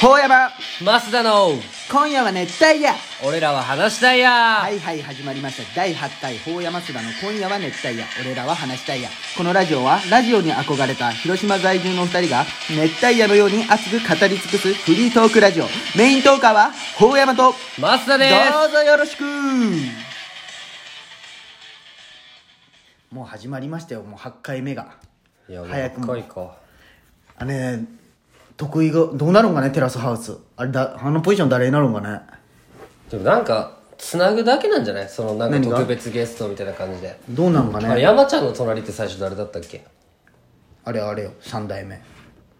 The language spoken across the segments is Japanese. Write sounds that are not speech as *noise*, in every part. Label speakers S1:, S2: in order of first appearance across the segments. S1: ほうやま
S2: 増田の
S1: 今夜は熱帯夜
S2: 俺らは話したいや、
S1: はいはい始まりました第8回ほうやますだの今夜は熱帯夜俺らは話したいやこのラジオはラジオに憧れた広島在住のお二人が熱帯夜のように熱く語り尽くすフリートークラジオメイントーカーはほうやまと
S2: 増田
S1: ど
S2: で
S1: うぞよろしくもう始まりましたよもう8回目が
S2: すいや
S1: 早くも
S2: 若いか
S1: あれね得意がどうなるんかねテラスハウスあれだあのポジション誰になるんかね
S2: でもなんかつなぐだけなんじゃないそのなん
S1: 何
S2: か
S1: が
S2: 特別ゲストみたいな感じで、
S1: どうなんか
S2: あれ
S1: ね
S2: 山ちゃんの隣って最初誰だったっけ
S1: あれあれよ3代目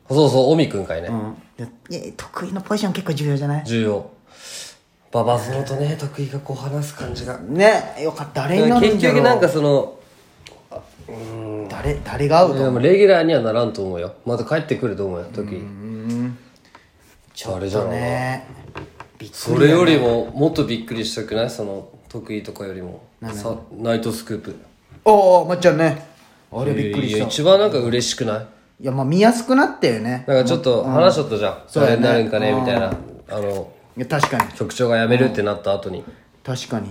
S2: そうそう尾身くんかいね、
S1: うんいや得意のポジション結構重要じゃない
S2: 重要ババゾロとね得意がこう話す感じが
S1: ねよかった誰になる
S2: 結
S1: んだろ
S2: 局
S1: う
S2: なんかその
S1: 誰誰が合うと
S2: で
S1: 思う
S2: もレギュラーにはならんと思うよまた帰ってくると思うよ時あれじゃない
S1: ねびっ
S2: それよりももっとびっくりしたくないその得意とかよりもさナイトスクープ
S1: おおまっちゃんねあれびっくり
S2: い
S1: し
S2: や
S1: たい
S2: 一番なんか嬉しくない
S1: やまあ見やすくなったよね
S2: なんかちょっと話しとったじゃん
S1: そうやね
S2: 誰になるんかねみたいなあの
S1: いや確かに
S2: 局長が辞めるってなった後に
S1: 確かにい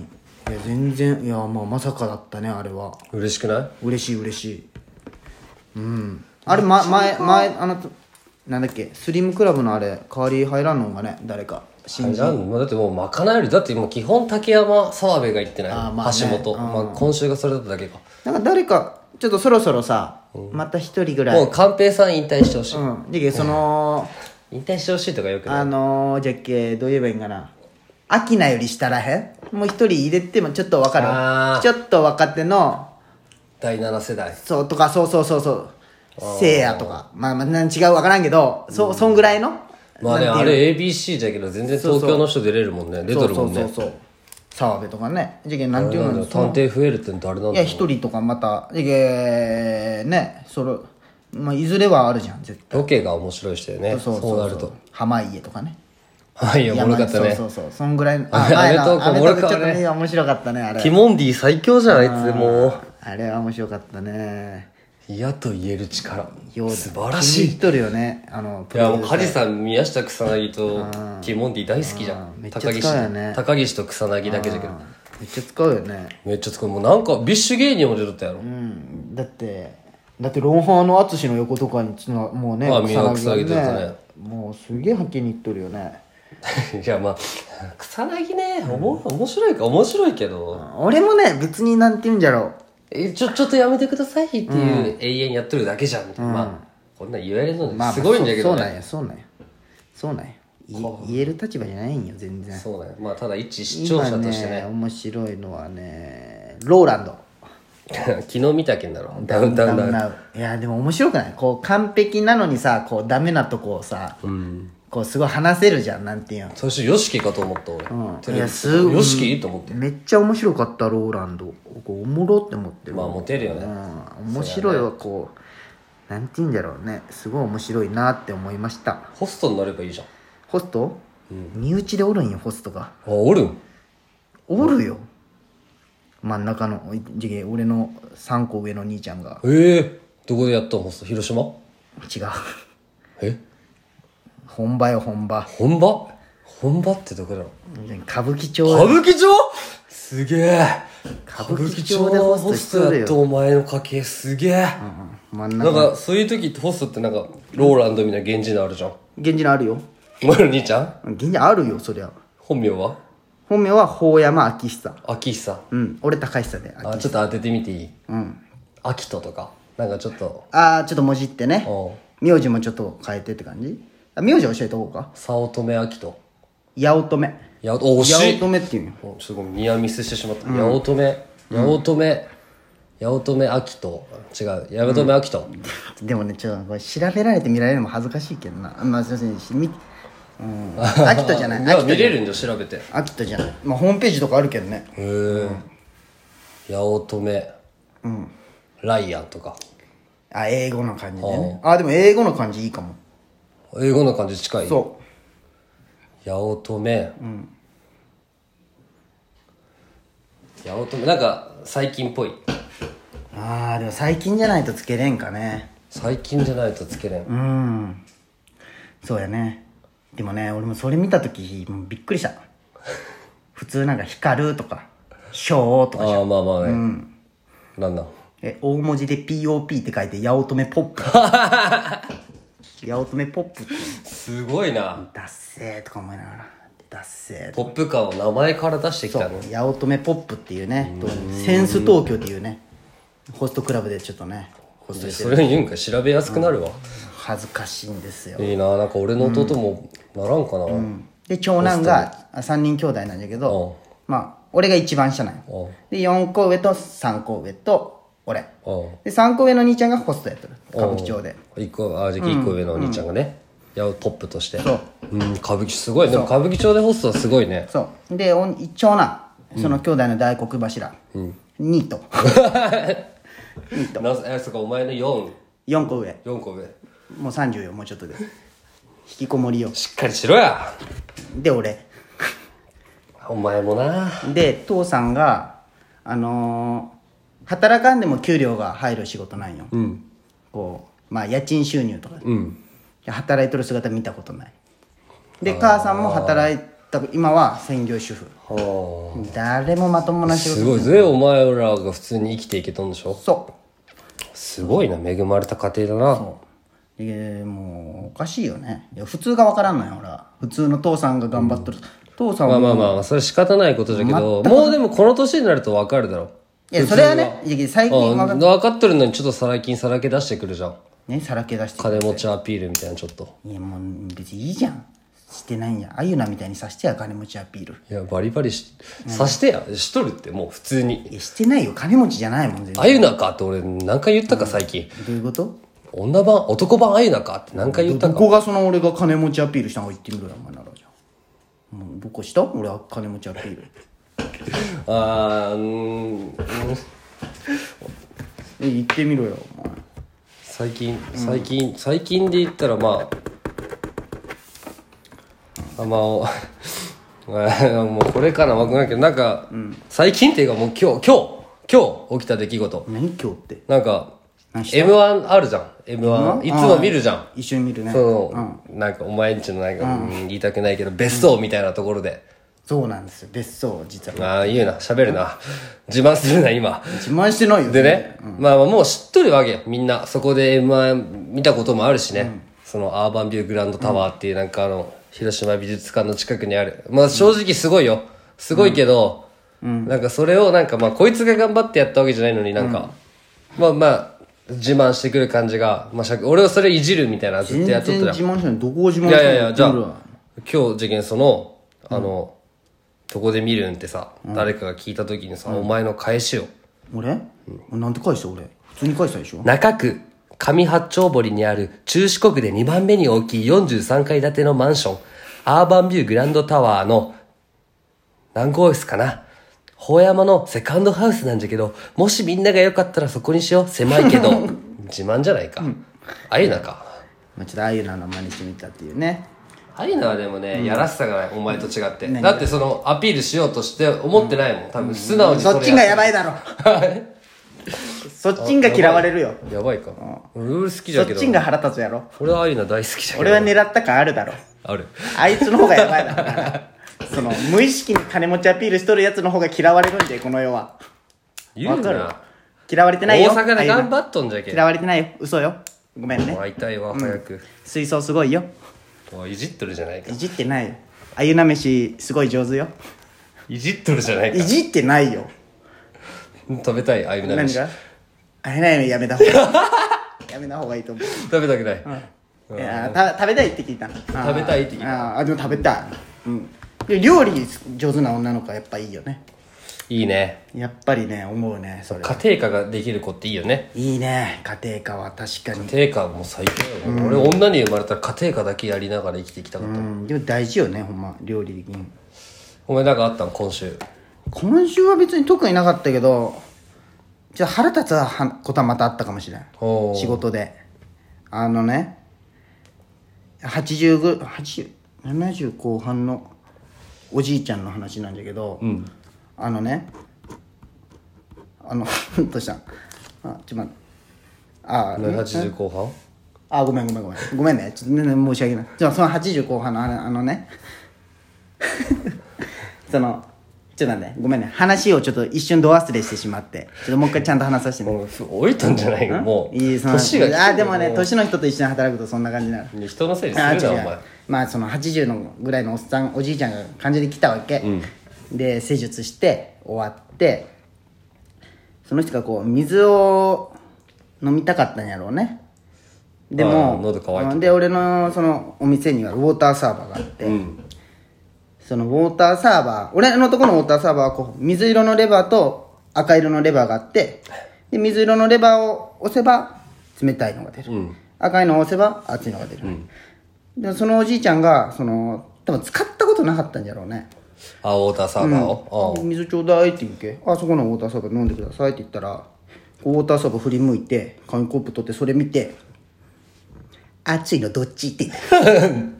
S1: や全然いやまあまさかだったねあれは
S2: 嬉しくない
S1: 嬉しい嬉しいうんあれ、ま、前前あのなんだっけスリムクラブのあれ代わり入らんのがね誰か
S2: あれなんまあだってもうまかないよりだってもう基本竹山澤部が言ってない
S1: あーまあね
S2: 橋本まあ今週がそれだっただけか
S1: なんか誰かちょっとそろそろさ、また一人ぐらい
S2: もう寛平さん引退してほしい
S1: うんじゃけその、
S2: 引退してほしいとかよくない
S1: あのー、じゃっけどう言えばいいんかな秋名より下らへんもう一人入れてもちょっと分か
S2: あ
S1: る
S2: ー
S1: ちょっと若手の
S2: 第7世代
S1: そうとかそうそうそうそうせいやとかまあまあなん違う分からんけどそ,、うそんぐらいの
S2: まあね
S1: なん
S2: あ
S1: ていう
S2: れ ABC だけど全然東京の人出れるもんね出
S1: そ
S2: と
S1: う
S2: る
S1: そ
S2: も
S1: うん
S2: ね
S1: そうそう澤部とかねじゃけなんていう
S2: なんだ
S1: の
S2: よ
S1: その
S2: 探偵増えるっての誰なん
S1: い
S2: だ
S1: や
S2: ろう
S1: 一人とかまたじゃけねそれ、まあ、いずれはあるじゃん絶
S2: ロケが面白い人よね
S1: 対そうそう
S2: そうなる
S1: そう
S2: と
S1: 濱家とかね
S2: はいよおもろかった
S1: いや
S2: ね
S1: まあそうそうそうそんぐらい
S2: *laughs*
S1: の
S2: あれ
S1: 前
S2: アメトーーク
S1: アメトーク
S2: おもろか
S1: ち
S2: った
S1: ょっ
S2: ね
S1: とね面白かったねあ
S2: ティ
S1: れ
S2: モンディ最強じゃんあいつも
S1: あれは面白かったね
S2: う嫌と言える力
S1: よう
S2: 素晴らし
S1: 気に入っとるよねあの
S2: いいやもう梶さん宮下草薙とティモンディ大好きじゃ
S1: うんめっ
S2: ん
S1: ちゃ
S2: 高岸
S1: 使うよね
S2: 高岸と草薙だけじゃけど
S1: めっちゃ使うよね
S2: めっちゃ使うもうなんかビッシュ芸人も出とったやろ
S1: うんだってだってロンハーの淳の横とかにつなもうね
S2: あみんな
S1: 草薙が
S2: 草薙出てたね
S1: もうすげえはっきり言っとるよね
S2: *laughs* いやまあ草薙ねおも面白いか面白いけど
S1: 俺もね別になんて言うんじゃろ
S2: えちょちょっとやめてくださいっていう、永遠やってるだけじゃんみたいな、まあこんなん言われる
S1: う
S2: のすごいんだけ
S1: そうそ
S2: ど
S1: うなん
S2: ね、
S1: やそうなんやそうなんやい言える立場じゃないんよ全然
S2: そうだねまあただ一視聴者としてね
S1: 今面白いのはねローランド
S2: *laughs* 昨日見たけんだろダウンダウンダウン
S1: ダウンいやでも面白くないこう完璧なのにさこうダメなとこをさ、こうすごい話せるじゃんなんていうの
S2: 最初ヨシキかと思った俺、テ
S1: い
S2: レ
S1: や
S2: ビ
S1: すごい
S2: ヨシキいいと思って、
S1: めっちゃ面白かったローランドこうおもろって思ってる、
S2: まあモテるよね、
S1: うん、面白いはこうなんて言うんだろうねすごい面白いなって思いました
S2: ホストになればいいじゃんあ
S1: ホスト、身内でおるんよホストが
S2: おるん
S1: おるよ、真ん中のいじげ俺の3個上の兄ちゃんが
S2: ええどこでやったんホスト広島
S1: 違う
S2: え
S1: 本場よ本場
S2: 本場本場ってどこだろ
S1: 歌舞伎
S2: う
S1: 町
S2: 歌舞伎町すげえ歌
S1: 舞伎町でホストしとるよ
S2: ホストやったお前の家系すげえ、
S1: 真ん
S2: なん
S1: 中
S2: かそういう時ってホストってなんかローランドみたいな源氏のあるじゃん
S1: 源氏のあるよ
S2: お前の兄ちゃん
S1: 源氏あるよそりゃ
S2: 本名は
S1: 本名は法山昭久
S2: 秋久
S1: うん俺高久で
S2: あちょっと当ててみていい
S1: うん
S2: 秋人とかなんかちょっと
S1: ああちょっともじってね
S2: おう
S1: 名字もちょっと変えてって感じあ名字教えとこうか
S2: 早乙女秋人
S1: 八乙女
S2: やお惜し
S1: 八
S2: い
S1: 乙女っていうよ
S2: おちょっとごめんニアミスしてしまった、八乙女八乙女、八乙女秋人違う八乙女秋人、
S1: でもねちょっとこれ調べられて見られるのも恥ずかしいけどなまあすいませんしみうん秋人じ
S2: *laughs*
S1: ゃない
S2: まあ
S1: 秋
S2: 見
S1: 人じゃな
S2: れ
S1: い
S2: るんだよ調べてへ
S1: 秋人じゃないまあホームページとかあるけどね
S2: え、八乙女、ライアンとか
S1: あ英語の感じでねあでも英語の感じいいかも
S2: 英語の感じ近い
S1: そ
S2: 八乙女、八乙女なんか最近っぽいう
S1: ああでも最近じゃないとつけれんかね
S2: 最近じゃないとつけれん、
S1: うんそうやねでもね俺もそれ見た時もうびっくりした普通なんか「光る」とか「翔」とかじゃん
S2: ああまあまあね、なんだ
S1: え大文字で POP って書いて八乙女ポップ八乙女ポップって
S2: すごいな
S1: ダッセーとか思いながらダッセーと
S2: ポップ感を名前から出してきたの
S1: 八乙女ポップっていうねセンス東京っていうねホストクラブでちょっとねホストして
S2: そ
S1: る
S2: れ言うんか調べやすくなるわ、
S1: 恥ずかしいんですよ
S2: いいななんか俺の弟もならんかな、
S1: で長男が3人兄弟なんだけどまあ俺が一番下なんよで4個上と3個上と俺
S2: うん
S1: で3個上の兄ちゃんがホストやってる歌舞伎町で
S2: 一個あじゃあ一個上のお兄ちゃんがね、いやトップとして
S1: そう
S2: うん歌舞伎すごいでも歌舞伎町でホストはすごいね
S1: そうでお一長男その兄弟の大黒柱、ニー *laughs* ト
S2: なぜえそっかお前の四
S1: 4個上
S2: 四個上
S1: もう30よもうちょっとで引きこもりよ
S2: しっかりしろや
S1: で俺
S2: お前もな
S1: で父さんがあのー働かんでも給料が入る仕事なんよ、こうまあ家賃収入とか、
S2: うん
S1: 働いとる姿見たことないで母さんも働いた今は専業主婦
S2: は
S1: 誰もまともな
S2: あ
S1: 仕
S2: す
S1: 事
S2: ごいぜお前らが普通に生きていけとんでしょ
S1: そう
S2: すごいな恵まれた家庭だな
S1: えーもうおかしいよねいや普通がわからんのよほら普通の父さんが頑張っとる、父さんは
S2: まあ
S1: もう、
S2: まあまあそれは仕方ないことだけどもうでもこの年になると分かるだろ
S1: いやそれはねいや最近
S2: *laughs* うん
S1: わか
S2: 分かっとるのにちょっと最近さらけ出してくるじゃん
S1: ねさらけ出して
S2: 金持ちアピールみたいなちょっと
S1: いやもう別にいいじゃんしてないんやあゆなみたいにさしてや金持ちアピール
S2: いやバリバリしさしてやしとるってもう普通に
S1: いやしてないよ金持ちじゃないもん全
S2: あ
S1: 然
S2: ゆなかって俺何回言ったか最近
S1: どういうこと
S2: 女版男版あゆなかって何回言った
S1: ど
S2: か
S1: こがその俺が金持ちアピールしたのか言ってみろよお前ならじゃあもうどこした俺は金持ちアピー
S2: *laughs*
S1: ル
S2: あーうーん
S1: え言ってみろよお前
S2: 最近最近最近で言ったらまああまあお *laughs* もうこれかな分かんないけどなんか最近っていうかもう今日今日今日起きた出来事
S1: 何今日って
S2: なんか
S1: 何
S2: M1 あるじゃん M1 いつも見るじゃん
S1: 一緒に見るね
S2: その、なんかお前んちのなんか、うん言いたくないけど別荘みたいなところで、
S1: そうなんですよ別荘実は
S2: ああ言うな喋るな自慢するな今
S1: 自慢してないよ
S2: でね、まあまあもう知っとるわけよみんなそこで M1 見たこともあるしね、そのアーバンビューグランドタワーっていうなんかあの広島美術館の近くにあるまあ正直すごいよすごいけど、なんかそれをなんかまあこいつが頑張ってやったわけじゃないのになんか、まあまあ自慢してくる感じが、まあしゃく、俺をそれいじるみたいなずっ
S1: 全
S2: とや
S1: 然
S2: っとったじゃん
S1: 自慢してないどこを自慢
S2: い
S1: して
S2: や
S1: ない
S2: いやいや、じゃあ
S1: 俺は、
S2: 今日、事件その、あの、どこで見るんってさ、誰かが聞いた時にさ、お前の返しを。
S1: 俺、なんで返した俺普通に返したでしょ
S2: 中区、上八丁堀にある中四国で2番目に大きい43階建てのマンション、アーバンビューグランドタワーの何号室かな宝山のセカンドハウスなんじゃけど、もしみんながよかったらそこにしよう。狭い
S1: *laughs*
S2: けど、自慢じゃないか。あゆなか。
S1: まあ、ちょっとああいうのの真似してみたっていうね
S2: アイナはでもね、やらしさがないお前と違って、だってそのアピールしようとして思ってないもん多分素直に
S1: そっちがやば
S2: い
S1: いだ
S2: *laughs*
S1: ろそっちんが嫌われるよ
S2: やばいか俺俺好き
S1: そ
S2: だ
S1: っ
S2: けど
S1: ちんが腹立つやろ
S2: 俺はアイナ大好きじゃけど
S1: 俺は狙った感あるだろ
S2: ある
S1: あいつの方がやばいだろな
S2: *laughs*
S1: その無意識に金持ちアピールしとるやつの方が嫌われるんでこの世は
S2: 言う
S1: わかる
S2: な
S1: 嫌われてない
S2: 大
S1: よ
S2: 阪で
S1: ああいう
S2: 頑
S1: の
S2: 張っとんじゃけ
S1: 嫌われてないよ嘘よごめんね
S2: 会いたいわ早く、
S1: 水槽すごいよ
S2: おいいじっとるじゃないか
S1: いじってないよあゆなめしすごい上手よ
S2: いじっとるじゃない
S1: い
S2: か
S1: じってないよ
S2: 食べたいアイナ
S1: 何
S2: 飯
S1: があれないのやめた方がい
S2: *laughs*
S1: いやめた方がいいと思う
S2: 食べたくない、
S1: いやた食べたいって聞いた食
S2: べたいって聞い
S1: たあーでも食べたいうんで料理上手な女の子はやっぱいいよね
S2: いいね
S1: やっぱりね思うねそれ
S2: 家庭科ができる子っていいよね
S1: いいね家庭科は確かに
S2: 家庭科も最高よ、俺女に生まれたら家庭科だけやりながら生きてきたかった、
S1: うんでも大事よねほんま料理的に
S2: お前なんかあったん今週
S1: 今週は別に特になかったけどちょっと腹立つはことはまたあったかもしれん
S2: おー
S1: 仕事であのね80ぐ80 70後半のおじいちゃんの話なんだけど、あのね *laughs* あのどうしたんあちょっと待ってあ
S2: ね80後半
S1: あごめんごめんごめんごめんねちょっとねね申し訳ないじゃあその80後半のあのあのね *laughs* そのちょっと待ってごめんね話をちょっと一瞬度忘れしてしまってちょっともう一回ちゃんと話さ
S2: *laughs*
S1: せてね
S2: もうふ老いたんじゃないのもう
S1: いいその
S2: 年が来てる
S1: あでもね
S2: う
S1: 年の人と一緒に働くとそんな感じになる
S2: 人のせいにす
S1: あ
S2: るな
S1: 違
S2: お
S1: う
S2: 前
S1: まあその80のぐらいのおっさんおじいちゃんが感じで来たわけ、で施術して終わってその人がこう水を飲みたかったんやろうねで
S2: あ
S1: も
S2: ー喉乾いてた
S1: で俺のそのお店にはウォーターサーバーがあって、そのウォーターサーバー俺のところのウォーターサーバーはこう水色のレバーと赤色のレバーがあってで水色のレバーを押せば冷たいのが出る、赤いのを押せば熱いのが出る、でそのおじいちゃんがその多分使ったことなかったんじゃろうね
S2: あウォーターサーバーを、うん
S1: 水ちょうだいって言うけあそこのウォーターサーバー飲んでくださいって言ったらこうウォーターサーバー振り向いて紙コップ取ってそれ見て熱いのどっちって言った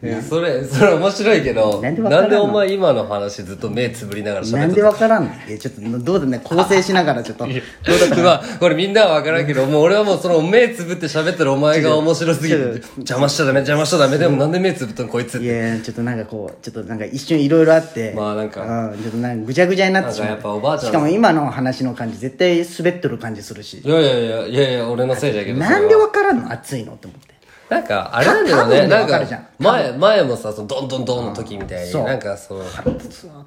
S2: いやそれそれ面白いけど
S1: なんでわからんの
S2: お前今の話ずっと目つぶりながら喋ってた
S1: なんでわからんのいやちょっとどうだね構成しながらちょっと
S2: まあ、これみんなは分からんけど、もう俺はもうその目つぶって喋ってるお前が面白すぎて、邪魔しちゃダメ、邪魔しちゃダメ、でもなんで目つぶったのこいつっ
S1: い
S2: て。
S1: やちょっとなんかこうちょっとなんか一瞬いろいろあって
S2: まあなんか
S1: うんちょっとなんかぐちゃぐちゃになってしま
S2: なんかやっぱおばあ
S1: う
S2: ちゃん
S1: しかも今の話の感じ絶対滑っとる感じするし
S2: いやいやいや、いやいや、俺のせいだけど。
S1: なんでわからんの熱いのって思って
S2: なんか、あれなんだよ
S1: た
S2: ね、な
S1: 多分で分
S2: ん
S1: かるじゃん
S2: か、前、前もさ、そのドンドンドンの時みたいに、
S1: そう
S2: なんかその、
S1: 腹立つわと思っ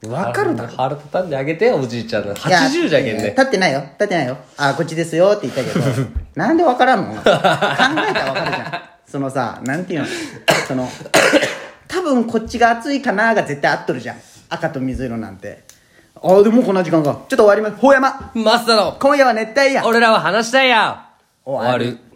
S1: てわかるだろ
S2: 腹立たんであげてよ、おじいちゃんの。
S1: いや
S2: 80じゃけん
S1: いや
S2: ね。
S1: 立ってないよ立ってないよあこっちですよって言ったけ
S2: *laughs*
S1: どなんでわからんの考えたらわかるじゃんそのさなんていうのその多分こっちが熱いかなが絶対合っとるじゃん赤と水色なんてあーでもうこんな時間かちょっと終わりますほうやま
S2: マスターの、
S1: 今夜は熱帯夜
S2: 俺らは話したいや
S1: 終わる
S2: 終わる。